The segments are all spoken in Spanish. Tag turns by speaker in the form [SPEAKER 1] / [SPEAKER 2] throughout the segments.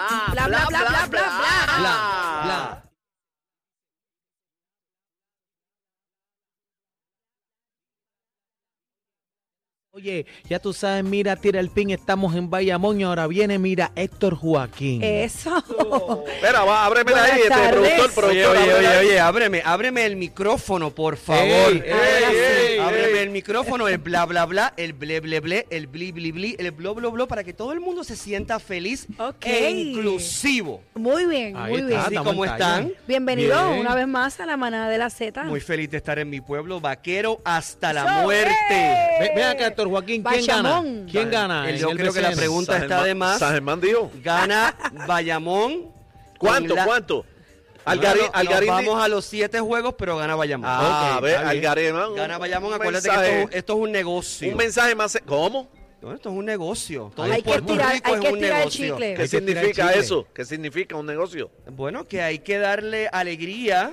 [SPEAKER 1] bla, bla, bla, bla, bla,
[SPEAKER 2] Ah.
[SPEAKER 3] bla,
[SPEAKER 1] bla.
[SPEAKER 3] Oye, ya tú sabes, mira, tira el pin, estamos en Bayamón y ahora viene, mira, Héctor Joaquín.
[SPEAKER 1] Eh, Eso.
[SPEAKER 4] Espera, va, ábreme de ahí,
[SPEAKER 1] Buenas
[SPEAKER 4] este productor,
[SPEAKER 1] tardes.
[SPEAKER 2] Oye,
[SPEAKER 4] productor.
[SPEAKER 2] oye,
[SPEAKER 4] ábreme de
[SPEAKER 2] oye,
[SPEAKER 4] ahí.
[SPEAKER 2] oye, ábreme, ábreme el micrófono, por favor.
[SPEAKER 3] Ey,
[SPEAKER 1] ahora sí.
[SPEAKER 2] Ey, ábreme el micrófono, el bla bla bla, el ble ble ble, el bli bli bli, el blo blo blo, para que todo el mundo se sienta feliz
[SPEAKER 1] Ok.
[SPEAKER 2] e inclusivo.
[SPEAKER 1] Muy bien,
[SPEAKER 3] Ahí
[SPEAKER 1] muy
[SPEAKER 3] está,
[SPEAKER 1] bien.
[SPEAKER 2] Así
[SPEAKER 3] estamos
[SPEAKER 2] como
[SPEAKER 3] en
[SPEAKER 2] están.
[SPEAKER 3] talla.
[SPEAKER 1] Bienvenido
[SPEAKER 3] Bien.
[SPEAKER 1] una vez más a la manada de la Z.
[SPEAKER 2] Muy feliz de estar en mi pueblo, vaquero hasta la
[SPEAKER 1] ¡Eso, eh!
[SPEAKER 2] muerte.
[SPEAKER 3] Ve, ve acá, Héctor Joaquín, ¿quién
[SPEAKER 1] Bayamón.
[SPEAKER 3] gana? ¿Quién gana?
[SPEAKER 2] El-
[SPEAKER 3] en
[SPEAKER 2] yo creo que la
[SPEAKER 3] BCN?
[SPEAKER 2] pregunta
[SPEAKER 4] San
[SPEAKER 2] está
[SPEAKER 4] Germán-
[SPEAKER 2] de más.
[SPEAKER 4] San Germán dijo.
[SPEAKER 2] Gana Bayamón. con
[SPEAKER 4] ¿Cuánto,
[SPEAKER 2] la-
[SPEAKER 4] cuánto?
[SPEAKER 2] Algarín,
[SPEAKER 4] Algarín, Algarín. di-
[SPEAKER 2] vamos a los siete juegos, pero gana Bayamón.
[SPEAKER 4] Ah,
[SPEAKER 3] Ok,
[SPEAKER 4] a ver,
[SPEAKER 3] está bien.
[SPEAKER 4] Algarín, man, un-
[SPEAKER 2] Gana Bayamón,
[SPEAKER 4] un
[SPEAKER 2] acuérdate
[SPEAKER 4] mensaje-
[SPEAKER 2] que esto, esto es un negocio.
[SPEAKER 4] Un mensaje más. ¿Cómo?
[SPEAKER 2] Bueno, esto es un negocio. Todo
[SPEAKER 3] Hay
[SPEAKER 2] en
[SPEAKER 3] que
[SPEAKER 2] Puerto
[SPEAKER 1] estirar-
[SPEAKER 2] Rico
[SPEAKER 1] hay
[SPEAKER 2] es
[SPEAKER 1] que
[SPEAKER 2] un
[SPEAKER 1] estirar el
[SPEAKER 2] negocio.
[SPEAKER 1] chicle.
[SPEAKER 4] ¿Qué
[SPEAKER 3] Hay que tirar
[SPEAKER 4] significa
[SPEAKER 3] chicle.
[SPEAKER 4] eso? ¿Qué significa un negocio?
[SPEAKER 2] Bueno, que hay que darle alegría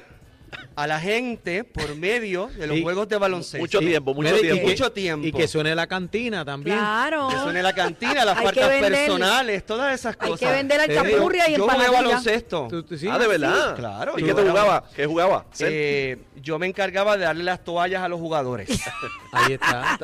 [SPEAKER 2] a la gente por medio de los
[SPEAKER 3] Y-
[SPEAKER 2] juegos de baloncesto.
[SPEAKER 4] Mucho tiempo, mucho
[SPEAKER 3] Mira, y que-
[SPEAKER 4] tiempo.
[SPEAKER 2] Mucho tiempo.
[SPEAKER 3] Y que suene la cantina también.
[SPEAKER 1] Claro.
[SPEAKER 2] Eso en la cantina, las
[SPEAKER 1] Hay que
[SPEAKER 2] faltas
[SPEAKER 1] vender-
[SPEAKER 2] personales, todas esas
[SPEAKER 1] Hay
[SPEAKER 2] cosas.
[SPEAKER 1] que vender
[SPEAKER 3] Te digo,
[SPEAKER 1] alcapurria y
[SPEAKER 2] yo jugué
[SPEAKER 1] empanadilla.
[SPEAKER 2] baloncesto.
[SPEAKER 3] Tú- tú- sí.
[SPEAKER 4] ah, de verdad.
[SPEAKER 2] claro,
[SPEAKER 4] ¿Y
[SPEAKER 2] yo
[SPEAKER 4] qué te
[SPEAKER 2] era-
[SPEAKER 4] jugaba? ¿Qué jugaba?
[SPEAKER 2] Eh, yo me encargaba de darle las toallas a los jugadores.
[SPEAKER 3] Ahí está.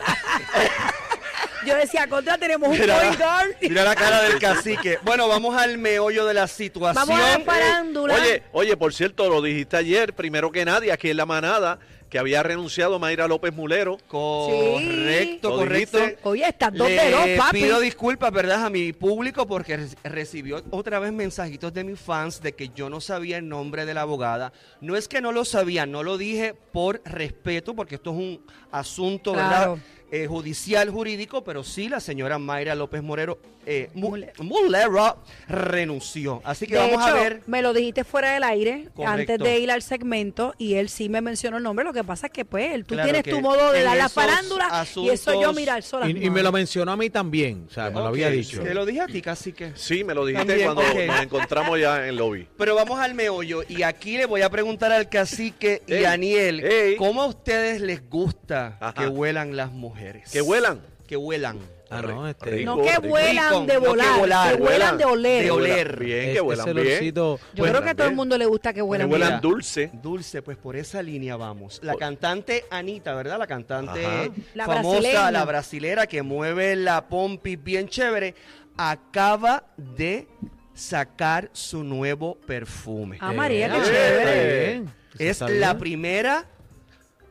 [SPEAKER 1] Yo decía, contra tenemos un point guard.
[SPEAKER 2] Mira la cara del cacique. Bueno, vamos al meollo de la situación.
[SPEAKER 1] Vamos a la farándula.
[SPEAKER 4] Oye, oye, por cierto, lo dijiste ayer, primero que nadie, aquí en la manada, que había renunciado Mayra López Mulero.
[SPEAKER 2] Correcto,
[SPEAKER 4] Lo
[SPEAKER 2] correcto.
[SPEAKER 4] dijiste.
[SPEAKER 1] Oye, estás dos de dos,
[SPEAKER 2] Le
[SPEAKER 1] papi.
[SPEAKER 2] pido disculpas, ¿verdad? A mi público porque re- recibió otra vez mensajitos de mis fans de que yo no sabía el nombre de la abogada. No es que no lo sabía, no lo dije por respeto, porque esto es un asunto,
[SPEAKER 1] Claro.
[SPEAKER 2] ¿verdad? Eh, judicial, jurídico, pero sí la señora Mayra López Morero, eh, Mu-
[SPEAKER 1] Mule-
[SPEAKER 2] Mulero renunció. Así que
[SPEAKER 1] De
[SPEAKER 2] vamos a
[SPEAKER 1] hecho,
[SPEAKER 2] ver.
[SPEAKER 1] me lo dijiste fuera del aire
[SPEAKER 2] Correcto.
[SPEAKER 1] antes de ir al segmento y él sí me mencionó el nombre. Lo que pasa es que, pues, él- tú
[SPEAKER 2] Claro
[SPEAKER 1] tienes
[SPEAKER 2] que
[SPEAKER 1] tu modo de
[SPEAKER 2] en
[SPEAKER 1] dar la
[SPEAKER 2] esos
[SPEAKER 1] farándula y eso yo
[SPEAKER 2] asuntos-
[SPEAKER 1] mirar sola.
[SPEAKER 3] Y, y me lo mencionó a mí también, o sea, me lo había
[SPEAKER 2] Ok,
[SPEAKER 3] dicho.
[SPEAKER 2] Te lo dije a ti, cacique.
[SPEAKER 4] Sí, me lo dijiste
[SPEAKER 2] También,
[SPEAKER 4] cuando
[SPEAKER 2] ok.
[SPEAKER 4] nos encontramos ya en el lobby.
[SPEAKER 2] Pero vamos al meollo y aquí le voy a preguntar al cacique y
[SPEAKER 4] Ey,
[SPEAKER 2] a Aniel,
[SPEAKER 4] ey.
[SPEAKER 2] ¿cómo a ustedes les gusta
[SPEAKER 4] Ajá.
[SPEAKER 2] que huelan las mujeres?
[SPEAKER 4] ¿Que huelan?
[SPEAKER 2] Que huelan.
[SPEAKER 3] Ah, no, este...
[SPEAKER 4] Rico,
[SPEAKER 1] No que
[SPEAKER 4] rico.
[SPEAKER 1] vuelan de
[SPEAKER 2] No que
[SPEAKER 1] volar, que
[SPEAKER 2] volar,
[SPEAKER 1] vuelan, de oler.
[SPEAKER 2] de
[SPEAKER 4] Que vuelan
[SPEAKER 2] oler.
[SPEAKER 4] Bien,
[SPEAKER 3] es-
[SPEAKER 4] que vuelan
[SPEAKER 3] este, ese
[SPEAKER 4] bien.
[SPEAKER 3] olorcito-
[SPEAKER 1] Yo
[SPEAKER 4] Vuelan
[SPEAKER 1] creo que a todo el
[SPEAKER 4] bien.
[SPEAKER 1] mundo le gusta que
[SPEAKER 4] Que
[SPEAKER 1] huelan.
[SPEAKER 4] vuelan
[SPEAKER 2] Mira.
[SPEAKER 4] dulce.
[SPEAKER 2] Dulce, pues por esa línea vamos. La
[SPEAKER 4] Por-
[SPEAKER 2] cantante Anita, ¿verdad? La cantante
[SPEAKER 4] Ajá.
[SPEAKER 1] La
[SPEAKER 2] famosa,
[SPEAKER 1] brasileña.
[SPEAKER 2] la brasilera que mueve la pompi bien chévere, acaba de sacar su nuevo perfume.
[SPEAKER 1] Ah, María,
[SPEAKER 3] Eh,
[SPEAKER 1] qué
[SPEAKER 3] está
[SPEAKER 1] chévere.
[SPEAKER 3] bien.
[SPEAKER 2] Es
[SPEAKER 3] Está
[SPEAKER 2] la
[SPEAKER 3] bien.
[SPEAKER 2] primera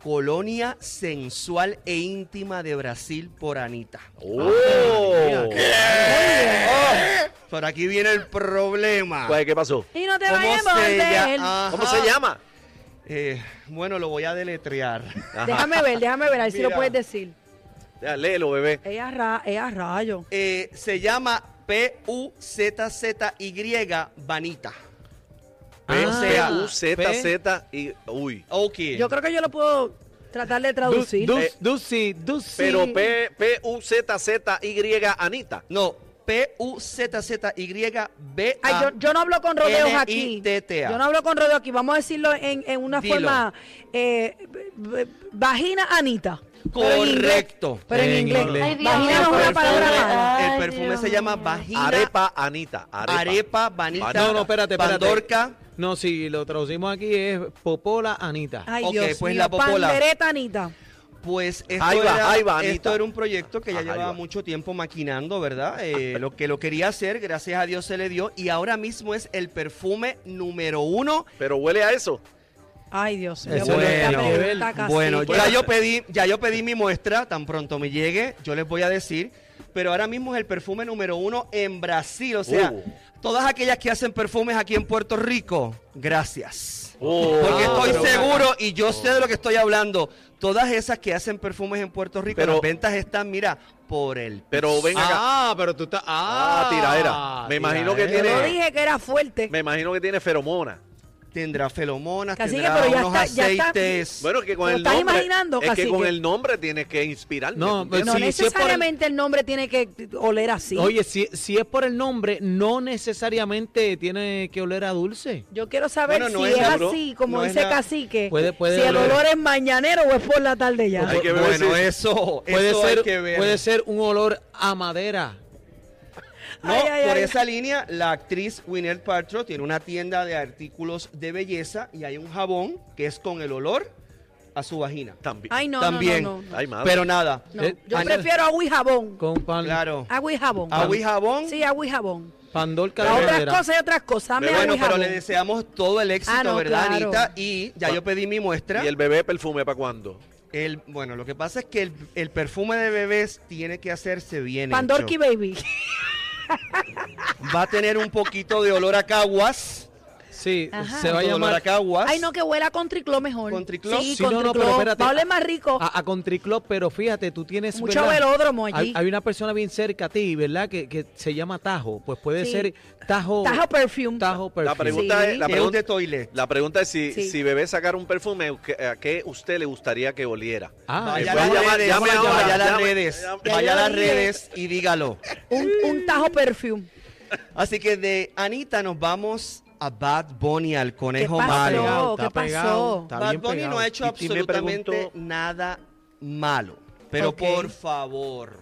[SPEAKER 2] colonia sensual e íntima de Brasil por Anita.
[SPEAKER 4] ¡Oh!
[SPEAKER 2] Por aquí viene el problema.
[SPEAKER 4] Pues, ¿Qué pasó?
[SPEAKER 1] Y no te
[SPEAKER 2] ¿Cómo
[SPEAKER 1] vayas a
[SPEAKER 2] se lla-
[SPEAKER 1] morder.
[SPEAKER 2] Ajá.
[SPEAKER 4] ¿Cómo se llama?
[SPEAKER 2] Eh, bueno, lo voy a deletrear.
[SPEAKER 1] Déjame ver, déjame ver, a ver si lo
[SPEAKER 2] Ah. Mira.
[SPEAKER 1] puedes decir.
[SPEAKER 4] Ya, léelo, bebé.
[SPEAKER 1] Ella, ra, ella rayo.
[SPEAKER 2] Eh, se llama P-U-Z-Z-Y Vanita.
[SPEAKER 4] P,
[SPEAKER 3] Ah,
[SPEAKER 4] P, U, Z,
[SPEAKER 3] P.
[SPEAKER 4] Z y... Uy.
[SPEAKER 2] Ok.
[SPEAKER 1] Yo creo que yo lo puedo tratar de
[SPEAKER 3] Du-
[SPEAKER 1] traducir.
[SPEAKER 3] du-
[SPEAKER 4] Eh,
[SPEAKER 3] Dusi, Dusi.
[SPEAKER 4] Pero P, P, U, Z, Z, Y, Anita.
[SPEAKER 2] No, P-U-Z-Z-Y B.
[SPEAKER 1] Ay, yo, yo no hablo con rodeos aquí.
[SPEAKER 2] N-I-T-T-A.
[SPEAKER 1] Yo no hablo con rodeos aquí. Vamos a decirlo en, en una
[SPEAKER 2] Dilo.
[SPEAKER 1] forma. eh, b- b- vagina Anita. Pero en inglés.
[SPEAKER 2] Correcto.
[SPEAKER 1] Pero en,
[SPEAKER 3] En
[SPEAKER 1] inglés.
[SPEAKER 3] inglés.
[SPEAKER 5] Ay, Dios
[SPEAKER 1] Vagina no es una
[SPEAKER 5] mío.
[SPEAKER 1] palabra
[SPEAKER 5] Ay,
[SPEAKER 1] mala.
[SPEAKER 2] El
[SPEAKER 5] Ay,
[SPEAKER 2] perfume
[SPEAKER 5] Dios
[SPEAKER 2] se llama
[SPEAKER 5] mío.
[SPEAKER 2] Vagina.
[SPEAKER 4] Arepa, Anita. Arepa.
[SPEAKER 2] Arepa, Vanita,
[SPEAKER 3] Ah, No, no, espérate, espérate.
[SPEAKER 2] Ah, Pandorca.
[SPEAKER 3] No, si lo traducimos aquí es Popola Anita.
[SPEAKER 1] Ay,
[SPEAKER 2] Ok,
[SPEAKER 1] Dios
[SPEAKER 2] pues
[SPEAKER 1] mío.
[SPEAKER 2] la popola.
[SPEAKER 1] Pandereta Anita.
[SPEAKER 2] Pues esto,
[SPEAKER 4] Ahí va,
[SPEAKER 2] era,
[SPEAKER 4] ahí va, Anita.
[SPEAKER 2] esto era un proyecto que ya
[SPEAKER 4] Ahí
[SPEAKER 2] llevaba
[SPEAKER 4] va.
[SPEAKER 2] mucho tiempo maquinando, ¿verdad? Eh, lo que lo quería hacer, gracias a Dios se le dio. Y ahora mismo es el perfume número uno.
[SPEAKER 4] Pero huele a eso.
[SPEAKER 1] Ay, Dios mío.
[SPEAKER 3] Eso
[SPEAKER 1] bueno,
[SPEAKER 3] es
[SPEAKER 1] esta
[SPEAKER 3] bueno.
[SPEAKER 1] pregunta, cacique.
[SPEAKER 2] Bueno, ya yo pedí, ya yo pedí mi muestra, tan pronto me llegue, yo les voy a decir. Pero ahora mismo es el perfume número uno en Brasil. O sea,
[SPEAKER 4] Uh.
[SPEAKER 2] todas aquellas que hacen perfumes aquí en Puerto Rico, gracias.
[SPEAKER 4] Oh.
[SPEAKER 2] Porque
[SPEAKER 4] Ah,
[SPEAKER 2] estoy
[SPEAKER 4] pero-
[SPEAKER 2] seguro y yo sé de lo que estoy hablando. Todas esas que hacen perfumes en Puerto Rico,
[SPEAKER 4] Pero-
[SPEAKER 2] las ventas están, mira, por el.
[SPEAKER 4] Pero ven acá.
[SPEAKER 3] Ah, pero tú estás. Ah,
[SPEAKER 4] Ah, tiradera. Me imagino que
[SPEAKER 1] Yo
[SPEAKER 3] tiradera.
[SPEAKER 1] lo
[SPEAKER 4] tiene-
[SPEAKER 1] dije que era fuerte.
[SPEAKER 4] Me imagino que tiene feromona.
[SPEAKER 2] Tendrá felomonas,
[SPEAKER 1] Cacique,
[SPEAKER 2] tendrá
[SPEAKER 1] pero ya
[SPEAKER 2] unos
[SPEAKER 1] está- ya está-
[SPEAKER 2] aceites.
[SPEAKER 4] Bueno, es que con
[SPEAKER 1] ¿Lo
[SPEAKER 4] el
[SPEAKER 1] estás
[SPEAKER 4] nombre.
[SPEAKER 1] imaginando,
[SPEAKER 4] es que
[SPEAKER 1] cacique?
[SPEAKER 4] con el nombre tienes que inspirarte.
[SPEAKER 3] No,
[SPEAKER 2] Pues
[SPEAKER 4] ¿entiendes?
[SPEAKER 1] no
[SPEAKER 3] si- si es por el-
[SPEAKER 1] necesariamente el nombre tiene que oler así.
[SPEAKER 3] Oye, si, si es por el nombre, no necesariamente tiene que oler a dulce.
[SPEAKER 1] Yo quiero saber
[SPEAKER 2] Bueno, no
[SPEAKER 1] si
[SPEAKER 2] es
[SPEAKER 1] es,
[SPEAKER 2] nada, bro.
[SPEAKER 1] así, como
[SPEAKER 2] No es
[SPEAKER 1] dice
[SPEAKER 2] nada.
[SPEAKER 1] Cacique,
[SPEAKER 3] Puede- puede
[SPEAKER 1] si el
[SPEAKER 3] oler.
[SPEAKER 1] olor es mañanero o es por la tarde ya.
[SPEAKER 4] Hay que ver
[SPEAKER 2] bueno,
[SPEAKER 4] si-
[SPEAKER 2] eso,
[SPEAKER 3] Puede
[SPEAKER 2] eso hay
[SPEAKER 3] ser,
[SPEAKER 2] que ver.
[SPEAKER 3] puede ser un olor a madera.
[SPEAKER 2] No,
[SPEAKER 1] Ay, ay,
[SPEAKER 2] por
[SPEAKER 1] ay.
[SPEAKER 2] esa línea, la actriz Gwyneth Paltrow tiene una tienda de artículos de belleza y hay un jabón que es con el olor a su vagina.
[SPEAKER 4] También.
[SPEAKER 1] Ay, no,
[SPEAKER 2] También.
[SPEAKER 1] no, no, no, no.
[SPEAKER 4] Ay, madre.
[SPEAKER 2] Pero nada,
[SPEAKER 1] No,
[SPEAKER 3] Eh,
[SPEAKER 1] Yo
[SPEAKER 2] Ana-
[SPEAKER 1] prefiero agua y jabón.
[SPEAKER 3] Con pan,
[SPEAKER 2] claro.
[SPEAKER 1] Agua y jabón.
[SPEAKER 2] Agua y jabón.
[SPEAKER 1] Ah, Sí, agua y jabón.
[SPEAKER 3] Pandol
[SPEAKER 1] Para otras
[SPEAKER 3] Carbonera.
[SPEAKER 1] cosas y otras cosas. Dame
[SPEAKER 2] Pero
[SPEAKER 1] agua
[SPEAKER 2] bueno,
[SPEAKER 1] y
[SPEAKER 2] pero
[SPEAKER 1] jabón.
[SPEAKER 2] le deseamos todo el éxito,
[SPEAKER 1] Ah, no,
[SPEAKER 2] ¿verdad,
[SPEAKER 1] claro.
[SPEAKER 2] Anita? Y ya yo pedí mi muestra.
[SPEAKER 4] Ah. ¿Y el bebé perfume para cuándo?
[SPEAKER 2] El- bueno, lo que pasa es que el, el perfume de bebés tiene que hacerse bien.
[SPEAKER 1] Pandorki
[SPEAKER 2] hecho.
[SPEAKER 1] Baby.
[SPEAKER 2] Va a tener un poquito de olor a caguas.
[SPEAKER 3] Sí,
[SPEAKER 1] Ajá.
[SPEAKER 3] se va a
[SPEAKER 2] de olor a
[SPEAKER 3] llamar
[SPEAKER 2] caguas.
[SPEAKER 1] Ay, no, que huela con tricló mejor.
[SPEAKER 2] ¿Country Club?
[SPEAKER 1] Sí,
[SPEAKER 3] Sí,
[SPEAKER 1] con
[SPEAKER 3] no, no,
[SPEAKER 1] tricló.
[SPEAKER 3] pero espérate. Ah,
[SPEAKER 1] Va a oler más rico.
[SPEAKER 3] a, a Country Club, pero fíjate, tú tienes...
[SPEAKER 1] Mucho
[SPEAKER 3] ¿verdad?
[SPEAKER 1] velódromo allí.
[SPEAKER 3] Hay, hay una persona bien cerca a ti, ¿verdad? Que, que se llama Tajo. Pues puede
[SPEAKER 1] Sí.
[SPEAKER 3] ser Tajo...
[SPEAKER 1] Tajo Perfume.
[SPEAKER 3] oh. Tajo
[SPEAKER 4] La
[SPEAKER 3] Perfume.
[SPEAKER 4] pregunta
[SPEAKER 1] Sí.
[SPEAKER 4] es, la
[SPEAKER 2] Que es
[SPEAKER 4] pregunta,
[SPEAKER 2] de toilet.
[SPEAKER 4] la pregunta es si,
[SPEAKER 1] Sí.
[SPEAKER 4] si bebé sacara un perfume, ¿qué- ¿a qué usted le gustaría que oliera?
[SPEAKER 3] Ah,
[SPEAKER 2] Vaya a
[SPEAKER 4] voy
[SPEAKER 2] las
[SPEAKER 4] a llamar,
[SPEAKER 2] redes,
[SPEAKER 4] llame ahora,
[SPEAKER 2] vaya a las
[SPEAKER 4] llame,
[SPEAKER 2] redes,
[SPEAKER 4] llame.
[SPEAKER 2] vaya a las
[SPEAKER 1] Ya yo
[SPEAKER 2] redes y dígalo.
[SPEAKER 1] Un, un Tajo Perfume.
[SPEAKER 2] Así que de Anita nos vamos a Bad Bunny, al
[SPEAKER 1] ¿Qué
[SPEAKER 2] conejo malo.
[SPEAKER 1] pasó?
[SPEAKER 3] Mario,
[SPEAKER 1] ¿Qué
[SPEAKER 3] está pegado.
[SPEAKER 1] pasó?
[SPEAKER 3] Está
[SPEAKER 2] Bad
[SPEAKER 3] bien
[SPEAKER 2] Bunny
[SPEAKER 3] pegado.
[SPEAKER 2] no ha hecho
[SPEAKER 4] Y si me
[SPEAKER 2] absolutamente
[SPEAKER 4] pregunto-
[SPEAKER 2] nada malo. Pero
[SPEAKER 1] Ok.
[SPEAKER 2] por favor,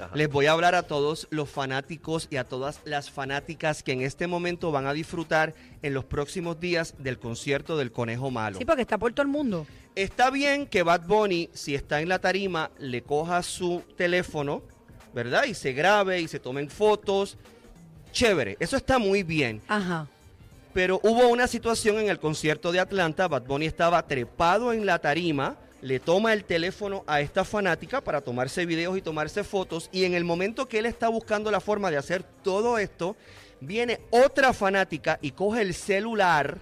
[SPEAKER 4] Ajá.
[SPEAKER 2] les voy a hablar a todos los fanáticos y a todas las fanáticas que en este momento van a disfrutar en los próximos días del concierto del conejo malo.
[SPEAKER 1] Sí, porque está por todo el mundo.
[SPEAKER 2] Está bien que Bad Bunny, si está en la tarima, le coja su teléfono, ¿verdad? Y se grabe y se tomen fotos. Chévere, eso está muy bien.
[SPEAKER 1] Ajá.
[SPEAKER 2] Pero hubo una situación en el concierto de Atlanta. Bad Bunny estaba trepado en la tarima. Le toma el teléfono a esta fanática para tomarse videos y tomarse fotos. Y en el momento que él está buscando la forma de hacer todo esto, viene otra fanática y coge el celular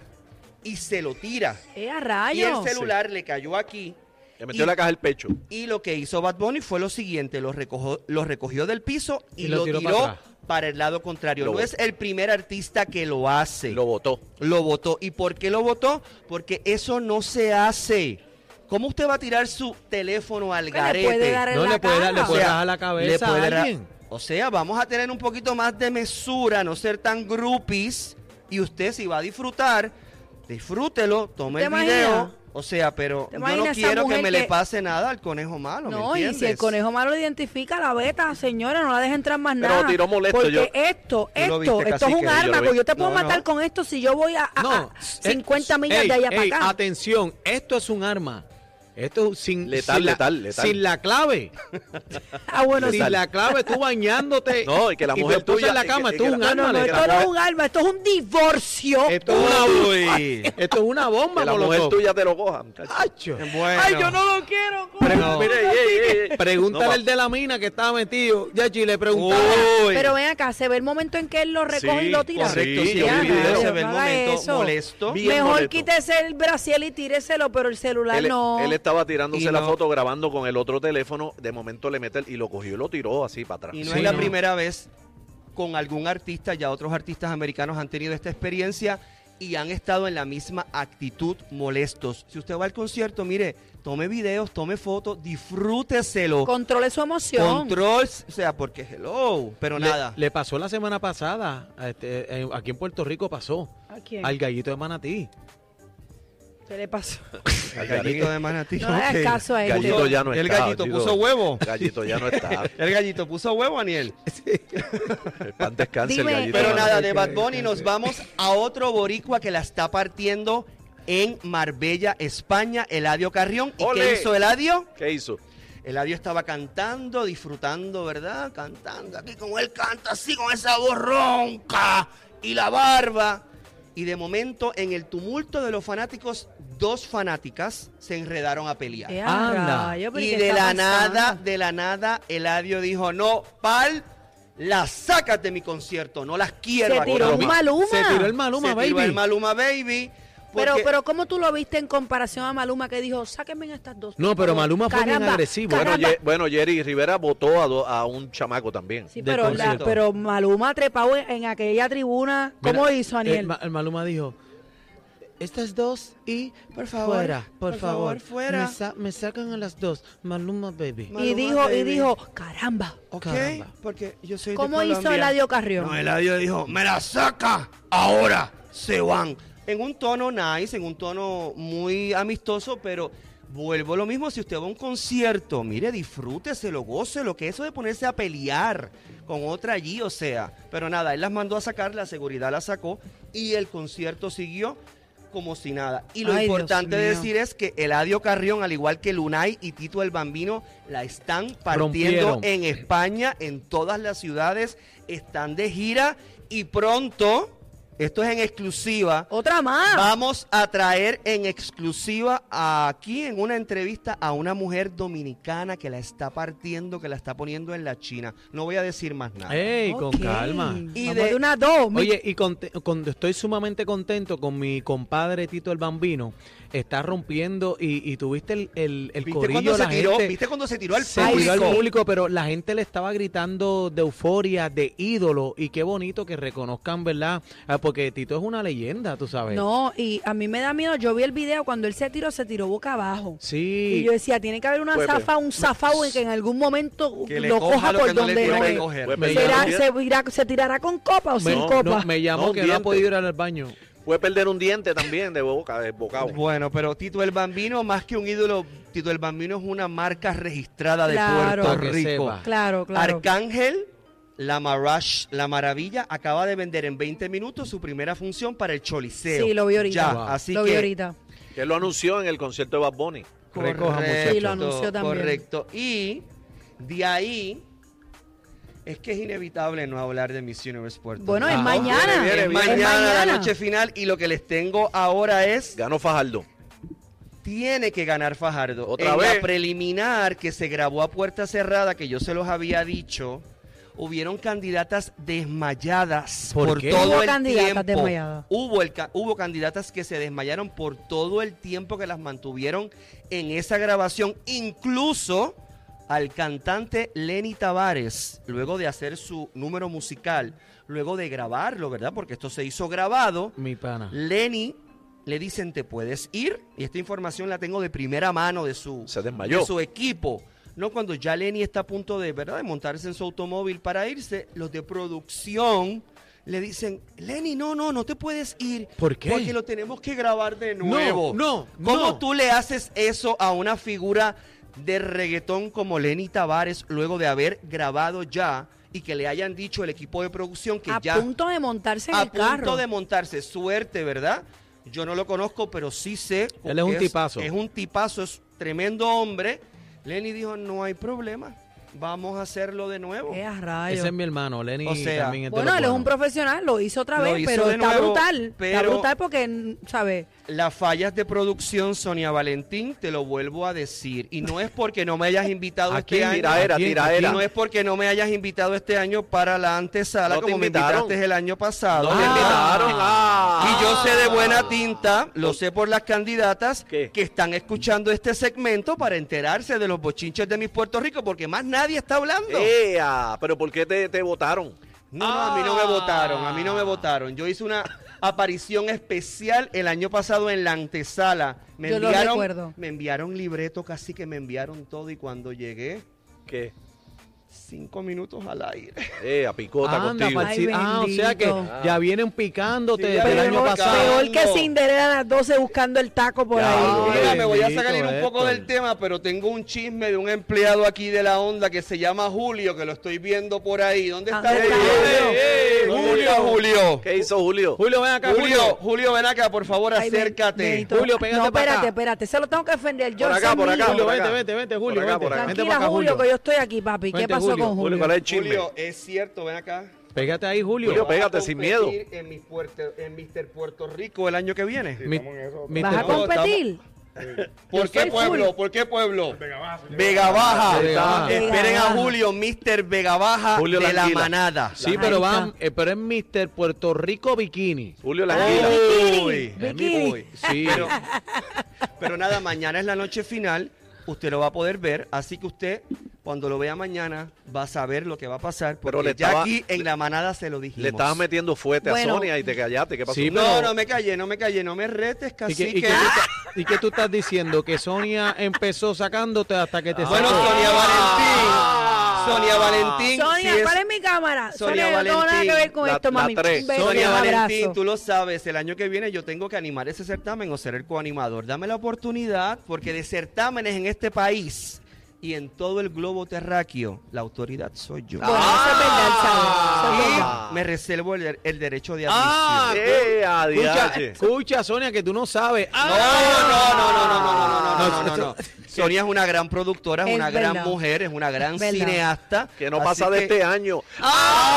[SPEAKER 2] y se lo tira.
[SPEAKER 1] Eh, a
[SPEAKER 2] Y el
[SPEAKER 1] rayos.
[SPEAKER 2] celular le cayó aquí.
[SPEAKER 4] Le metió
[SPEAKER 2] Y-
[SPEAKER 4] la caja al pecho.
[SPEAKER 2] Y lo que hizo Bad Bunny fue lo siguiente: lo recogió, lo recogió del piso y,
[SPEAKER 3] Y
[SPEAKER 2] lo
[SPEAKER 3] lo
[SPEAKER 2] tiró,
[SPEAKER 3] tiró
[SPEAKER 2] para,
[SPEAKER 3] para atrás.
[SPEAKER 2] el lado contrario.
[SPEAKER 4] Lo
[SPEAKER 2] no
[SPEAKER 4] botó.
[SPEAKER 2] es el primer artista que lo hace.
[SPEAKER 4] Lo votó.
[SPEAKER 2] Lo votó. ¿Y por qué lo votó? Porque eso no se hace. ¿Cómo usted va a tirar su teléfono al
[SPEAKER 1] ¿Qué le puede
[SPEAKER 2] garete?
[SPEAKER 1] dar en
[SPEAKER 3] No
[SPEAKER 1] la
[SPEAKER 3] le puede dar- le
[SPEAKER 1] cara?
[SPEAKER 3] puede- rajar la cabeza
[SPEAKER 2] le puede
[SPEAKER 3] a
[SPEAKER 2] ra-
[SPEAKER 3] alguien.
[SPEAKER 2] O sea, vamos a tener un poquito más de mesura, no ser tan groupies. Y usted, si va a disfrutar, disfrútelo, tome
[SPEAKER 1] ¿Te
[SPEAKER 2] el video.
[SPEAKER 1] imaginas?
[SPEAKER 2] O sea, pero
[SPEAKER 1] ¿Te
[SPEAKER 2] yo no
[SPEAKER 1] imaginas esa
[SPEAKER 2] quiero que
[SPEAKER 1] mujer
[SPEAKER 2] me le
[SPEAKER 1] que-
[SPEAKER 2] pase nada al conejo malo. ¿me
[SPEAKER 1] No, y si el
[SPEAKER 2] entiendes?
[SPEAKER 1] conejo malo lo identifica, la beta, señora, no la deja entrar más
[SPEAKER 4] Pero
[SPEAKER 1] nada.
[SPEAKER 4] tiró molesto,
[SPEAKER 1] Porque
[SPEAKER 4] yo-
[SPEAKER 1] esto,
[SPEAKER 2] Tú lo
[SPEAKER 1] esto,
[SPEAKER 2] viste,
[SPEAKER 1] esto es
[SPEAKER 2] cacique,
[SPEAKER 1] un
[SPEAKER 2] yo lo
[SPEAKER 1] arma,
[SPEAKER 4] vi.
[SPEAKER 1] porque yo te puedo
[SPEAKER 2] No,
[SPEAKER 1] matar
[SPEAKER 2] no.
[SPEAKER 1] con esto si yo voy a, a- a
[SPEAKER 3] No, eh,
[SPEAKER 1] 50 Ah, millas
[SPEAKER 3] ey,
[SPEAKER 1] de allá
[SPEAKER 3] ey,
[SPEAKER 1] para acá.
[SPEAKER 3] Atención, esto es un arma. Esto es sin,
[SPEAKER 4] Letal,
[SPEAKER 3] sin la-
[SPEAKER 4] letal, letal.
[SPEAKER 3] sin la clave.
[SPEAKER 1] Ah, bueno, sí.
[SPEAKER 3] sin la clave, tú bañándote.
[SPEAKER 4] No, y que la mujer
[SPEAKER 3] tú estás en
[SPEAKER 4] tuya-
[SPEAKER 3] la cama,
[SPEAKER 4] y que-
[SPEAKER 3] esto
[SPEAKER 4] y
[SPEAKER 3] es
[SPEAKER 4] que
[SPEAKER 3] un
[SPEAKER 4] la-
[SPEAKER 1] No, no,
[SPEAKER 3] arma.
[SPEAKER 1] no,
[SPEAKER 4] Ándale,
[SPEAKER 1] esto
[SPEAKER 4] que la
[SPEAKER 1] no es
[SPEAKER 4] mujer-
[SPEAKER 1] un arma, Eh, esto es un divorcio.
[SPEAKER 3] Esto es una, esto es una bomba,
[SPEAKER 4] Que la mujer
[SPEAKER 3] Molotov.
[SPEAKER 4] tuya te lo coja. muchacho.
[SPEAKER 3] Acho.
[SPEAKER 2] Bueno.
[SPEAKER 1] Ay, yo no lo quiero. coño.
[SPEAKER 2] Pero-
[SPEAKER 3] No.
[SPEAKER 4] Mire, ey, ey, ey, ey.
[SPEAKER 3] Pregúntale
[SPEAKER 4] No,
[SPEAKER 3] al de la mina que estaba metido. Ya chi, le preguntaba.
[SPEAKER 2] Uy.
[SPEAKER 1] Pero ven acá, se ve el momento en que él lo recoge
[SPEAKER 4] Sí,
[SPEAKER 1] y lo tira.
[SPEAKER 2] Correcto,
[SPEAKER 4] Sí,
[SPEAKER 2] sí,
[SPEAKER 4] yo
[SPEAKER 2] en
[SPEAKER 1] Ya,
[SPEAKER 2] el
[SPEAKER 4] vi video.
[SPEAKER 1] no,
[SPEAKER 2] se
[SPEAKER 1] no
[SPEAKER 2] ve el
[SPEAKER 1] haga
[SPEAKER 2] momento
[SPEAKER 1] eso.
[SPEAKER 2] molesto.
[SPEAKER 4] Vi- bien
[SPEAKER 1] Mejor
[SPEAKER 4] molesto.
[SPEAKER 1] quítese el brasiel y tíreselo, pero el celular
[SPEAKER 4] él,
[SPEAKER 1] no.
[SPEAKER 4] él estaba tirándose
[SPEAKER 2] Y
[SPEAKER 4] la
[SPEAKER 2] no.
[SPEAKER 4] foto grabando con el otro teléfono. De momento le mete el- y lo cogió y lo tiró así para atrás.
[SPEAKER 2] Y no
[SPEAKER 3] Sí,
[SPEAKER 2] es la
[SPEAKER 3] no.
[SPEAKER 2] primera vez con algún artista, ya otros artistas americanos han tenido esta experiencia y han estado en la misma actitud molestos. Si usted va al concierto, mire, tome videos, tome fotos, disfrúteselo.
[SPEAKER 1] Controle su emoción.
[SPEAKER 2] Control, o sea, porque hello, pero
[SPEAKER 3] Le-
[SPEAKER 2] nada.
[SPEAKER 3] Le, pasó la semana pasada. a este, eh, aquí en Puerto Rico pasó.
[SPEAKER 1] ¿A quién?
[SPEAKER 3] Al gallito de Manatí.
[SPEAKER 1] ¿Qué le pasó?
[SPEAKER 2] El gallito de manatí.
[SPEAKER 1] No le hagas
[SPEAKER 2] ok.
[SPEAKER 1] caso a este él.
[SPEAKER 4] Gallito ya no
[SPEAKER 2] El
[SPEAKER 4] está,
[SPEAKER 2] gallito
[SPEAKER 4] digo.
[SPEAKER 2] puso huevo.
[SPEAKER 4] Gallito ya no está.
[SPEAKER 2] El gallito puso huevo, Aniel.
[SPEAKER 4] El pan descanse,
[SPEAKER 1] Dime-
[SPEAKER 4] el gallito.
[SPEAKER 2] Pero
[SPEAKER 4] ya no
[SPEAKER 2] nada,
[SPEAKER 4] está.
[SPEAKER 2] de Bad Bunny nos vamos a otro boricua que la está partiendo en Marbella, España, Eladio Carrión. ¿Y
[SPEAKER 4] ¡Ole!
[SPEAKER 2] qué hizo Eladio?
[SPEAKER 4] ¿Qué hizo?
[SPEAKER 2] Eladio estaba cantando, disfrutando, ¿verdad? Cantando aquí como él canta, así con esa voz ronca y la barba. Y de momento, en el tumulto de los fanáticos, dos fanáticas se enredaron a pelear.
[SPEAKER 1] Eh, a
[SPEAKER 3] Anda.
[SPEAKER 1] rayo, pero
[SPEAKER 2] Y
[SPEAKER 1] qué
[SPEAKER 2] de
[SPEAKER 1] está
[SPEAKER 2] la
[SPEAKER 1] pasando?
[SPEAKER 2] nada, de la nada, Eladio dijo, no, pal, las sacas de mi concierto, no las quiero.
[SPEAKER 1] Se
[SPEAKER 2] aquí
[SPEAKER 1] tiró
[SPEAKER 2] conmigo".
[SPEAKER 1] un Maluma.
[SPEAKER 3] Se tiró el Maluma,
[SPEAKER 2] Se
[SPEAKER 3] baby.
[SPEAKER 2] tiró el Maluma Baby.
[SPEAKER 1] Pero,
[SPEAKER 2] porque-
[SPEAKER 1] pero ¿cómo tú lo viste en comparación a Maluma que dijo, sáquenme en estas dos? por
[SPEAKER 3] No, pero
[SPEAKER 1] favor"?
[SPEAKER 3] Maluma fue bien
[SPEAKER 1] Caramba,
[SPEAKER 3] agresivo.
[SPEAKER 4] Bueno,
[SPEAKER 1] caramba.
[SPEAKER 4] Ye- bueno, Jerry Rivera votó a, do- a un chamaco también.
[SPEAKER 1] Sí,
[SPEAKER 3] del
[SPEAKER 1] pero, la-
[SPEAKER 3] concierto.
[SPEAKER 1] pero Maluma trepado en, en aquella tribuna. ¿Cómo
[SPEAKER 3] Mira,
[SPEAKER 1] hizo,
[SPEAKER 3] El,
[SPEAKER 1] Aniel?
[SPEAKER 3] Ma- el Maluma dijo: Estas dos y.
[SPEAKER 2] Por favor,
[SPEAKER 3] fuera, por,
[SPEAKER 2] por favor,
[SPEAKER 3] favor,
[SPEAKER 2] fuera.
[SPEAKER 3] Me, sa- me sacan a las dos. Maluma, baby.
[SPEAKER 2] Ma-
[SPEAKER 1] y
[SPEAKER 2] Maluma,
[SPEAKER 1] dijo, y
[SPEAKER 2] baby.
[SPEAKER 1] dijo, caramba.
[SPEAKER 2] Ok,
[SPEAKER 3] Caramba.
[SPEAKER 2] porque yo soy de
[SPEAKER 1] ¿Cómo hizo
[SPEAKER 2] Colombia.
[SPEAKER 1] Eladio Carrión?
[SPEAKER 2] No, Eladio dijo, me la saca, ahora se van. En un tono nice, en un tono muy amistoso, pero Vuelvo a lo mismo, si usted va a un concierto, mire, disfrúteselo, gócelo, que eso de ponerse a pelear con otra allí, o sea. Pero nada, él las mandó a sacar, la seguridad las sacó y el concierto siguió como si nada. Y lo
[SPEAKER 1] Ay, Dios
[SPEAKER 2] importante de
[SPEAKER 1] mío.
[SPEAKER 2] decir es que Eladio Carrión, al igual que Lunay y Tito el Bambino, la están partiendo
[SPEAKER 3] Rompieron.
[SPEAKER 2] en España, en todas las ciudades, están de gira y pronto, esto es en exclusiva,
[SPEAKER 1] Otra
[SPEAKER 3] Ah.
[SPEAKER 1] más.
[SPEAKER 2] Vamos a traer en exclusiva aquí en una entrevista a una mujer dominicana que la está partiendo, que la está poniendo en la China. No voy a decir más nada.
[SPEAKER 3] ¡Ey, con
[SPEAKER 1] Ok.
[SPEAKER 3] calma!
[SPEAKER 2] Y
[SPEAKER 1] Vamos
[SPEAKER 2] de-
[SPEAKER 1] de, una a dos. mi-
[SPEAKER 3] Oye, y conte- con- estoy sumamente contento con mi compadre Tito el Bambino. Está rompiendo y, y tuviste el, el, el
[SPEAKER 2] ¿Viste,
[SPEAKER 3] corillo,
[SPEAKER 2] cuando se
[SPEAKER 3] la
[SPEAKER 2] tiró,
[SPEAKER 3] gente-
[SPEAKER 2] ¿Viste cuando se tiró al
[SPEAKER 3] se
[SPEAKER 2] público?
[SPEAKER 3] tiró al público, pero la gente le estaba gritando de euforia, de ídolo, y qué bonito que reconozcan, ¿verdad? Ah, Porque Tito es una leyenda, tú sabes.
[SPEAKER 1] No, y a mí me da miedo. Yo vi el video cuando él se tiró, se tiró boca abajo. Y
[SPEAKER 3] Sí,
[SPEAKER 1] yo decía, tiene que haber una
[SPEAKER 4] Fue, pero-
[SPEAKER 1] zafa, un zafao en que en algún momento
[SPEAKER 2] Que le
[SPEAKER 1] lo
[SPEAKER 2] coja
[SPEAKER 1] coja
[SPEAKER 2] lo
[SPEAKER 1] por
[SPEAKER 2] que no le
[SPEAKER 1] donde
[SPEAKER 2] tiene
[SPEAKER 1] no
[SPEAKER 2] que
[SPEAKER 1] es.
[SPEAKER 2] coger.
[SPEAKER 4] Fue
[SPEAKER 3] Me
[SPEAKER 4] perder
[SPEAKER 1] ¿Será-
[SPEAKER 4] un
[SPEAKER 1] se,
[SPEAKER 4] dien-
[SPEAKER 1] irá- se tirará con copa o
[SPEAKER 3] me,
[SPEAKER 1] sin
[SPEAKER 4] no,
[SPEAKER 1] copa?
[SPEAKER 3] no, me llamó
[SPEAKER 4] No, un
[SPEAKER 3] que no ha
[SPEAKER 4] diente.
[SPEAKER 3] podido ir al baño.
[SPEAKER 4] Fue perder un diente también de boca, de bocado.
[SPEAKER 2] Bueno, pero Tito el Bambino, más que un ídolo, Tito el Bambino es una marca registrada de
[SPEAKER 1] Claro.
[SPEAKER 2] Puerto
[SPEAKER 3] Para que
[SPEAKER 2] Rico.
[SPEAKER 3] sepa.
[SPEAKER 1] Claro, claro.
[SPEAKER 2] Arcángel, la, Marash, la Maravilla, acaba de vender en 20 minutos su primera función para el Choliseo.
[SPEAKER 1] Sí, lo vi ahorita.
[SPEAKER 2] Ya,
[SPEAKER 3] Wow.
[SPEAKER 2] así
[SPEAKER 1] lo
[SPEAKER 2] que
[SPEAKER 1] vi ahorita.
[SPEAKER 4] Que él lo anunció en el concierto de Bad Bunny.
[SPEAKER 3] Recoja,
[SPEAKER 2] Correcto,
[SPEAKER 1] Sí, lo anunció también.
[SPEAKER 2] Correcto. Y de ahí es que es inevitable no hablar de Miss Universe Puerto
[SPEAKER 1] Bueno, es
[SPEAKER 2] Rico.
[SPEAKER 3] Ah,
[SPEAKER 4] viene,
[SPEAKER 1] mañana.
[SPEAKER 4] viene,
[SPEAKER 2] Es
[SPEAKER 1] Es
[SPEAKER 4] viene.
[SPEAKER 2] mañana la noche final y lo que les tengo ahora es
[SPEAKER 4] Ganó Fajardo.
[SPEAKER 2] tiene que ganar Fajardo.
[SPEAKER 4] Otra
[SPEAKER 2] en
[SPEAKER 4] vez.
[SPEAKER 2] la preliminar que se grabó a puerta cerrada, que yo se los había dicho, hubieron candidatas desmayadas por,
[SPEAKER 3] ¿Por qué?
[SPEAKER 2] todo
[SPEAKER 1] Hubo
[SPEAKER 2] el
[SPEAKER 1] candidatas
[SPEAKER 2] tiempo.
[SPEAKER 1] desmayadas.
[SPEAKER 2] Hubo, el ca- hubo candidatas que se desmayaron por todo el tiempo que las mantuvieron en esa grabación, incluso al cantante Lenny Tavares, luego de hacer su número musical, luego de grabarlo, ¿verdad? Porque esto se hizo grabado.
[SPEAKER 3] Mi pana.
[SPEAKER 2] Lenny le dicen te puedes ir y esta información la tengo de primera mano de su
[SPEAKER 4] Se desmayó.
[SPEAKER 2] de su equipo. No cuando ya Lenny está a punto de, ¿verdad? de montarse en su automóvil para irse, los de producción le dicen, "Lenny, no, no, no te puedes ir."
[SPEAKER 3] ¿Por qué?
[SPEAKER 2] Porque lo tenemos que grabar de nuevo.
[SPEAKER 3] no,
[SPEAKER 2] ¿Cómo
[SPEAKER 3] no.
[SPEAKER 2] tú le haces eso a una figura de reggaetón como Lenny Tavares luego de haber grabado ya y que le hayan dicho el equipo de producción que
[SPEAKER 1] a
[SPEAKER 2] ya
[SPEAKER 1] punto de montarse en
[SPEAKER 2] a
[SPEAKER 1] el carro.
[SPEAKER 2] punto de montarse. Suerte, ¿verdad? Yo no lo conozco, pero sí sé.
[SPEAKER 3] Él es un tipazo.
[SPEAKER 2] Es un tipazo, es tremendo hombre. Lenny dijo, no hay problema, vamos a hacerlo de nuevo.
[SPEAKER 1] Qué a rayos.
[SPEAKER 3] Ese es mi hermano, Lenny
[SPEAKER 2] O sea,
[SPEAKER 3] también es de
[SPEAKER 1] Bueno,
[SPEAKER 3] los
[SPEAKER 1] él es un
[SPEAKER 3] buenos.
[SPEAKER 1] profesional, lo hizo otra
[SPEAKER 2] Lo
[SPEAKER 1] vez,
[SPEAKER 2] hizo
[SPEAKER 1] pero
[SPEAKER 2] de
[SPEAKER 1] está
[SPEAKER 2] nuevo,
[SPEAKER 1] brutal. Está
[SPEAKER 2] pero-
[SPEAKER 1] brutal porque, ¿sabes?
[SPEAKER 2] Las fallas de producción, Sonia Valentín, te lo vuelvo a decir. Y no es porque no me hayas invitado
[SPEAKER 3] Aquí,
[SPEAKER 2] este año.
[SPEAKER 3] mira,
[SPEAKER 4] Tiraera,
[SPEAKER 3] Aquí-
[SPEAKER 2] Y
[SPEAKER 4] tiraera.
[SPEAKER 2] no es porque no me hayas invitado este año para la antesala
[SPEAKER 4] No te
[SPEAKER 2] como me
[SPEAKER 4] invitaron.
[SPEAKER 2] invitaste el año pasado.
[SPEAKER 4] No te
[SPEAKER 2] Ah.
[SPEAKER 4] invitaron.
[SPEAKER 2] Y yo sé de buena tinta, lo sé por las candidatas
[SPEAKER 4] Ah. ¿Qué?
[SPEAKER 2] que están escuchando este segmento para enterarse de los bochinches de mi Puerto Rico, porque más nadie está hablando.
[SPEAKER 4] Eh. ¡Ea! ¿Pero por qué te, te votaron?
[SPEAKER 2] No, no, a mí no me votaron, a mí no me votaron. Yo hice una aparición especial el año pasado en la antesala. Me
[SPEAKER 1] Yo lo
[SPEAKER 2] enviaron,
[SPEAKER 1] recuerdo.
[SPEAKER 2] me enviaron libreto, casi que me enviaron todo y cuando llegué,
[SPEAKER 4] ¿Qué?
[SPEAKER 2] cinco minutos al aire.
[SPEAKER 4] ¡Ea, picota
[SPEAKER 3] Anda,
[SPEAKER 4] contigo!
[SPEAKER 1] Ay,
[SPEAKER 3] Pachi. ah, o sea que
[SPEAKER 1] bendito.
[SPEAKER 3] ya vienen picándote
[SPEAKER 2] Sí, ya
[SPEAKER 3] desde el
[SPEAKER 2] vienen
[SPEAKER 3] año
[SPEAKER 1] peor,
[SPEAKER 3] pasado.
[SPEAKER 1] peor que
[SPEAKER 2] No.
[SPEAKER 1] Cinderella a las 12 buscando el taco por
[SPEAKER 4] Ya,
[SPEAKER 1] ahí.
[SPEAKER 4] hombre.
[SPEAKER 2] Ah, Mira, me voy a
[SPEAKER 3] Bendito,
[SPEAKER 2] sacar un poco
[SPEAKER 3] Héctor.
[SPEAKER 2] del tema, pero tengo un chisme de un empleado aquí de la onda que se llama Julio, que lo estoy viendo por ahí. ¿Dónde está
[SPEAKER 1] Ah, ¿Dónde
[SPEAKER 2] Julio?
[SPEAKER 1] está Julio?
[SPEAKER 2] Ey,
[SPEAKER 4] ¿Dónde
[SPEAKER 2] Julio,
[SPEAKER 4] está
[SPEAKER 2] Julio.
[SPEAKER 4] ¿Qué hizo Julio?
[SPEAKER 3] Julio, ven acá, Julio.
[SPEAKER 2] Julio, Julio, ven acá, por favor,
[SPEAKER 1] Ay,
[SPEAKER 2] acércate.
[SPEAKER 1] bendito.
[SPEAKER 3] Julio, pégate
[SPEAKER 1] No,
[SPEAKER 3] pa' acá.
[SPEAKER 1] espérate, espérate. Se lo tengo que defender yo.
[SPEAKER 4] Por
[SPEAKER 1] ese
[SPEAKER 4] acá,
[SPEAKER 1] es
[SPEAKER 4] por
[SPEAKER 1] mi-
[SPEAKER 4] acá,
[SPEAKER 3] Julio,
[SPEAKER 4] por
[SPEAKER 3] vente,
[SPEAKER 4] acá.
[SPEAKER 3] vente, vente, Julio,
[SPEAKER 4] Por acá,
[SPEAKER 3] vente.
[SPEAKER 4] por acá.
[SPEAKER 3] Vente
[SPEAKER 1] Tranquila,
[SPEAKER 3] para acá,
[SPEAKER 1] Julio, que yo estoy aquí, papi. ¿Qué
[SPEAKER 3] Vente,
[SPEAKER 1] pasó
[SPEAKER 3] Julio.
[SPEAKER 1] con
[SPEAKER 4] Julio,
[SPEAKER 1] Julio?
[SPEAKER 4] ¿cuál es el chisme?
[SPEAKER 2] Julio, es cierto, ven acá.
[SPEAKER 3] Pégate ahí, Julio.
[SPEAKER 4] Julio,
[SPEAKER 2] ¿Vas a
[SPEAKER 4] pégate sin miedo.
[SPEAKER 2] competir En, mis puerto- en Mr. Puerto Rico el año que viene.
[SPEAKER 3] Mi- Mr.
[SPEAKER 1] ¿Vas a
[SPEAKER 2] No, estamos-
[SPEAKER 1] competir?
[SPEAKER 2] ¿Por
[SPEAKER 1] Yo
[SPEAKER 2] qué
[SPEAKER 1] soy
[SPEAKER 2] pueblo?
[SPEAKER 1] full.
[SPEAKER 2] ¿Por qué pueblo? Vega Baja. Vega Baja.
[SPEAKER 3] Vega Baja.
[SPEAKER 2] Esperen a
[SPEAKER 1] Vega Baja.
[SPEAKER 2] Julio, Mr. Vega Baja
[SPEAKER 4] Julio
[SPEAKER 2] de la
[SPEAKER 4] Languila.
[SPEAKER 2] manada.
[SPEAKER 3] Sí,
[SPEAKER 1] Ahí
[SPEAKER 3] pero
[SPEAKER 1] está.
[SPEAKER 3] van, eh, pero es Mr. Puerto Rico Bikini.
[SPEAKER 4] Julio Languila.
[SPEAKER 2] Uy,
[SPEAKER 1] Bikini, bikini.
[SPEAKER 2] uy.
[SPEAKER 3] Sí.
[SPEAKER 2] Pero, pero nada, mañana es la noche final. Usted lo va a poder ver, así que usted cuando lo vea mañana va a saber lo que va a pasar. Porque
[SPEAKER 4] Pero le
[SPEAKER 2] ya
[SPEAKER 4] estaba-
[SPEAKER 2] aquí en la manada se lo dijimos.
[SPEAKER 4] Le estabas metiendo fuerte
[SPEAKER 1] Bueno.
[SPEAKER 4] a Sonia y te callaste. ¿Qué pasó?
[SPEAKER 3] Sí,
[SPEAKER 2] No,
[SPEAKER 3] pero-
[SPEAKER 2] no me callé, no me callé, no me retes,
[SPEAKER 3] ¿Y
[SPEAKER 2] cacique.
[SPEAKER 3] qué, y qué tú, ta- y qué tú estás diciendo? Que Sonia empezó sacándote hasta que te
[SPEAKER 2] Ah, Bueno,
[SPEAKER 3] sacó.
[SPEAKER 2] Sonia Valentín.
[SPEAKER 4] Ah.
[SPEAKER 2] Sonia Valentín.
[SPEAKER 1] Sonia,
[SPEAKER 2] si es-
[SPEAKER 1] ¿cuál es mi cámara?
[SPEAKER 2] Sonia
[SPEAKER 1] Sonia, no tengo nada que
[SPEAKER 2] Valentín,
[SPEAKER 1] ver con
[SPEAKER 4] la-
[SPEAKER 1] esto,
[SPEAKER 4] la
[SPEAKER 1] mami.
[SPEAKER 4] tres.
[SPEAKER 1] Vete,
[SPEAKER 2] Sonia
[SPEAKER 1] un abrazo.
[SPEAKER 2] Valentín, tú lo sabes, el año que viene yo tengo que animar ese certamen o ser el coanimador. Dame la oportunidad, porque de certámenes en este país y en todo el globo terráqueo, la autoridad soy yo.
[SPEAKER 1] Bueno, eso es verdad, ¿sabes? Eso es verdad.
[SPEAKER 4] Ah.
[SPEAKER 2] Y me reservo el, el derecho de admisión.
[SPEAKER 3] Ah,
[SPEAKER 4] Eh, a
[SPEAKER 3] Escucha,
[SPEAKER 4] diache.
[SPEAKER 3] escucha, Sonia, que tú no sabes.
[SPEAKER 2] No,
[SPEAKER 3] Ah,
[SPEAKER 2] no, no, no, no, no, no, no, no, no, no.
[SPEAKER 3] No,
[SPEAKER 2] Sonia es una gran productora, es
[SPEAKER 1] Es
[SPEAKER 2] una gran
[SPEAKER 1] verdad.
[SPEAKER 2] mujer, es una gran
[SPEAKER 1] Es verdad.
[SPEAKER 2] cineasta.
[SPEAKER 4] Que no
[SPEAKER 2] así
[SPEAKER 4] pasa de
[SPEAKER 2] que-
[SPEAKER 4] este año.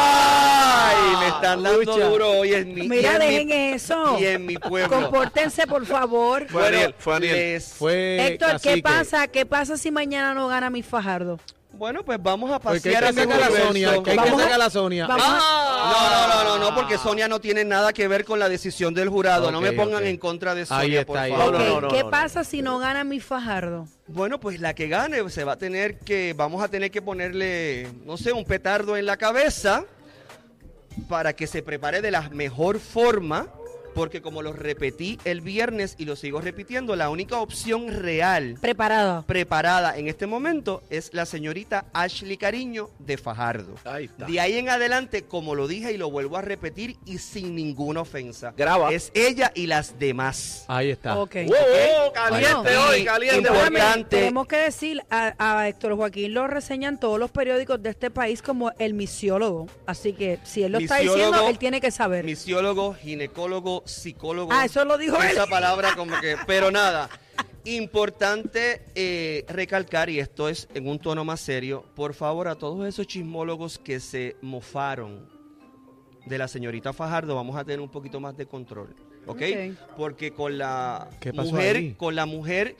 [SPEAKER 2] ¡Ay! Me están dando
[SPEAKER 3] Escucha.
[SPEAKER 2] duro hoy en mi
[SPEAKER 1] Mira,
[SPEAKER 2] y en mi-
[SPEAKER 1] dejen eso.
[SPEAKER 2] Y en mi pueblo.
[SPEAKER 1] Compórtense, por favor.
[SPEAKER 4] Fue Aniel, fue Aniel.
[SPEAKER 2] les-
[SPEAKER 3] fue
[SPEAKER 1] Héctor, ¿qué
[SPEAKER 3] Eh, cacique.
[SPEAKER 1] pasa? ¿Qué pasa si mañana no gana mi Fajardo?
[SPEAKER 2] Bueno, pues vamos a
[SPEAKER 3] Porque hay
[SPEAKER 2] pasear
[SPEAKER 3] que
[SPEAKER 2] en
[SPEAKER 3] sacar a
[SPEAKER 2] universo.
[SPEAKER 3] Sonia, que hay que
[SPEAKER 1] Vamos a-
[SPEAKER 3] sacar a Sonia.
[SPEAKER 1] Vamos a-
[SPEAKER 2] Ah. No, no, no, no, no, porque Sonia no tiene nada que ver con la decisión del jurado. no
[SPEAKER 3] Ok,
[SPEAKER 2] me pongan
[SPEAKER 3] ok.
[SPEAKER 2] en contra de Sonia,
[SPEAKER 3] Ahí está,
[SPEAKER 2] por
[SPEAKER 3] ahí
[SPEAKER 2] favor.
[SPEAKER 4] No,
[SPEAKER 1] Ok,
[SPEAKER 4] no, no,
[SPEAKER 1] ¿Qué
[SPEAKER 4] no,
[SPEAKER 1] pasa si no gana mi Fajardo?
[SPEAKER 2] Bueno, pues la que gane se va a tener que, vamos a tener que ponerle, no sé, un petardo en la cabeza para que se prepare de la mejor forma, porque como lo repetí el viernes y lo sigo repitiendo, la única opción real
[SPEAKER 1] Preparado.
[SPEAKER 2] preparada en este momento es la señorita Ashley Cariño de Fajardo.
[SPEAKER 4] Ahí está.
[SPEAKER 2] De ahí en adelante, como lo dije y lo vuelvo a repetir y sin ninguna ofensa,
[SPEAKER 4] Graba.
[SPEAKER 2] es ella y las demás.
[SPEAKER 3] Ahí está.
[SPEAKER 1] Ok.
[SPEAKER 4] Wow, wow, caliente
[SPEAKER 2] Bueno,
[SPEAKER 4] Ah. hoy,
[SPEAKER 2] y-
[SPEAKER 4] caliente hoy.
[SPEAKER 1] Perdóname,
[SPEAKER 2] importante.
[SPEAKER 1] Tenemos que decir, a, a Héctor Joaquín lo reseñan todos los periódicos de este país como el misiólogo. Así que si él lo está
[SPEAKER 2] Misiólogo,
[SPEAKER 1] diciendo, él tiene que saber.
[SPEAKER 2] Misiólogo, ginecólogo, psicólogo.
[SPEAKER 1] Ah, eso lo dijo él.
[SPEAKER 2] Esa palabra como que, pero nada. Importante eh, recalcar, y esto es en un tono más serio, por favor a todos esos chismólogos que se mofaron de la señorita Fajardo, vamos a tener un poquito más de control, ¿ok?
[SPEAKER 1] Ok.
[SPEAKER 2] Porque con la
[SPEAKER 3] ¿Qué pasó
[SPEAKER 2] mujer,
[SPEAKER 3] ahí?
[SPEAKER 2] con la mujer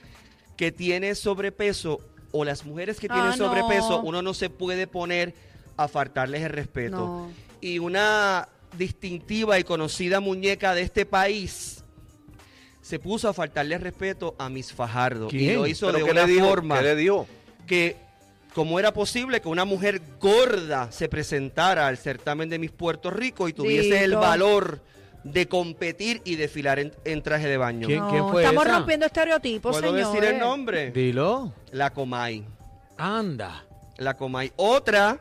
[SPEAKER 2] que tiene sobrepeso o las mujeres que
[SPEAKER 1] Ah,
[SPEAKER 2] tienen
[SPEAKER 1] no.
[SPEAKER 2] sobrepeso, uno no se puede poner a faltarles el respeto
[SPEAKER 1] No.
[SPEAKER 2] y una distintiva y conocida muñeca de este país se puso a faltarle respeto a Miss Fajardo y
[SPEAKER 3] ¿Quién?
[SPEAKER 2] lo hizo
[SPEAKER 4] Pero
[SPEAKER 2] de
[SPEAKER 4] ¿qué
[SPEAKER 2] una
[SPEAKER 4] le dijo?
[SPEAKER 2] forma
[SPEAKER 4] ¿Qué le dijo?
[SPEAKER 2] que como era posible que una mujer gorda se presentara al certamen de Miss Puerto Rico y tuviese el
[SPEAKER 1] Dito.
[SPEAKER 2] valor de competir y desfilar en, en traje de baño.
[SPEAKER 3] ¿Quién?
[SPEAKER 1] No,
[SPEAKER 3] fue
[SPEAKER 1] estamos
[SPEAKER 3] esa?
[SPEAKER 1] rompiendo estereotipos,
[SPEAKER 2] ¿Puedo
[SPEAKER 1] Pues señores.
[SPEAKER 2] decir el nombre?
[SPEAKER 3] Dilo.
[SPEAKER 2] La Comay.
[SPEAKER 3] Anda.
[SPEAKER 2] la Comay. Otra,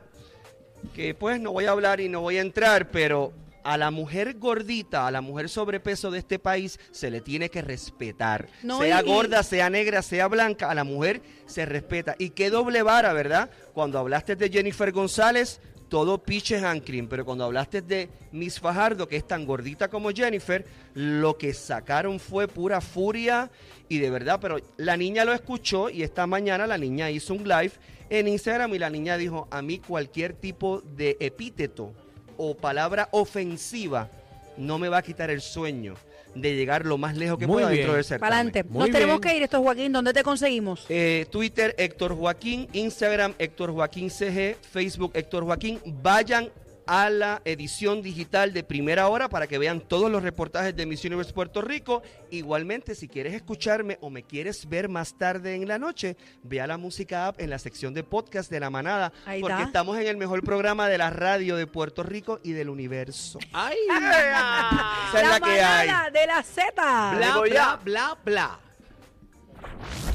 [SPEAKER 2] que pues no voy a hablar y no voy a entrar, pero a la mujer gordita, a la mujer sobrepeso de este país, se le tiene que respetar.
[SPEAKER 1] No,
[SPEAKER 2] sea
[SPEAKER 1] y- y-
[SPEAKER 2] gorda, sea negra, sea blanca, a la mujer se respeta. Y qué doble vara, ¿verdad? Cuando hablaste de Jennifer González, todo piches and cream, pero cuando hablaste de Miss Fajardo, que es tan gordita como Jennifer, lo que sacaron fue pura furia y de verdad, pero la niña lo escuchó y esta mañana la niña hizo un live en Instagram y la niña dijo, a mí cualquier tipo de epíteto o palabra ofensiva no me va a quitar el sueño de llegar lo más lejos que
[SPEAKER 3] Muy
[SPEAKER 2] pueda
[SPEAKER 3] bien.
[SPEAKER 2] dentro del certamen.
[SPEAKER 1] Para adelante.
[SPEAKER 3] Muy
[SPEAKER 1] Nos tenemos
[SPEAKER 3] bien.
[SPEAKER 1] que ir, esto Joaquín. ¿Dónde te conseguimos?
[SPEAKER 2] Eh, Twitter Héctor Joaquín, Instagram Héctor Joaquín CG, Facebook Héctor Joaquín. Vayan a la edición digital de primera hora para que vean todos los reportajes de Miss Universe Puerto Rico. Igualmente, si quieres escucharme o me quieres ver más tarde en la noche, ve a la música app en la sección de podcast de La Manada,
[SPEAKER 1] Ahí
[SPEAKER 2] porque
[SPEAKER 1] está.
[SPEAKER 2] estamos en el mejor programa de la radio de Puerto Rico y del universo.
[SPEAKER 3] Ay.
[SPEAKER 2] Esa es la, que hay.
[SPEAKER 1] manada de la Z.
[SPEAKER 3] Bla, bla, bla, bla.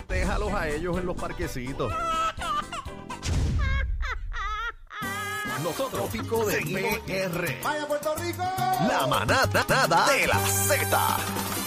[SPEAKER 5] Déjalos a ellos en los parquecitos. Nosotros, pico de PR. ¡Vaya Puerto Rico! La manada de la Z.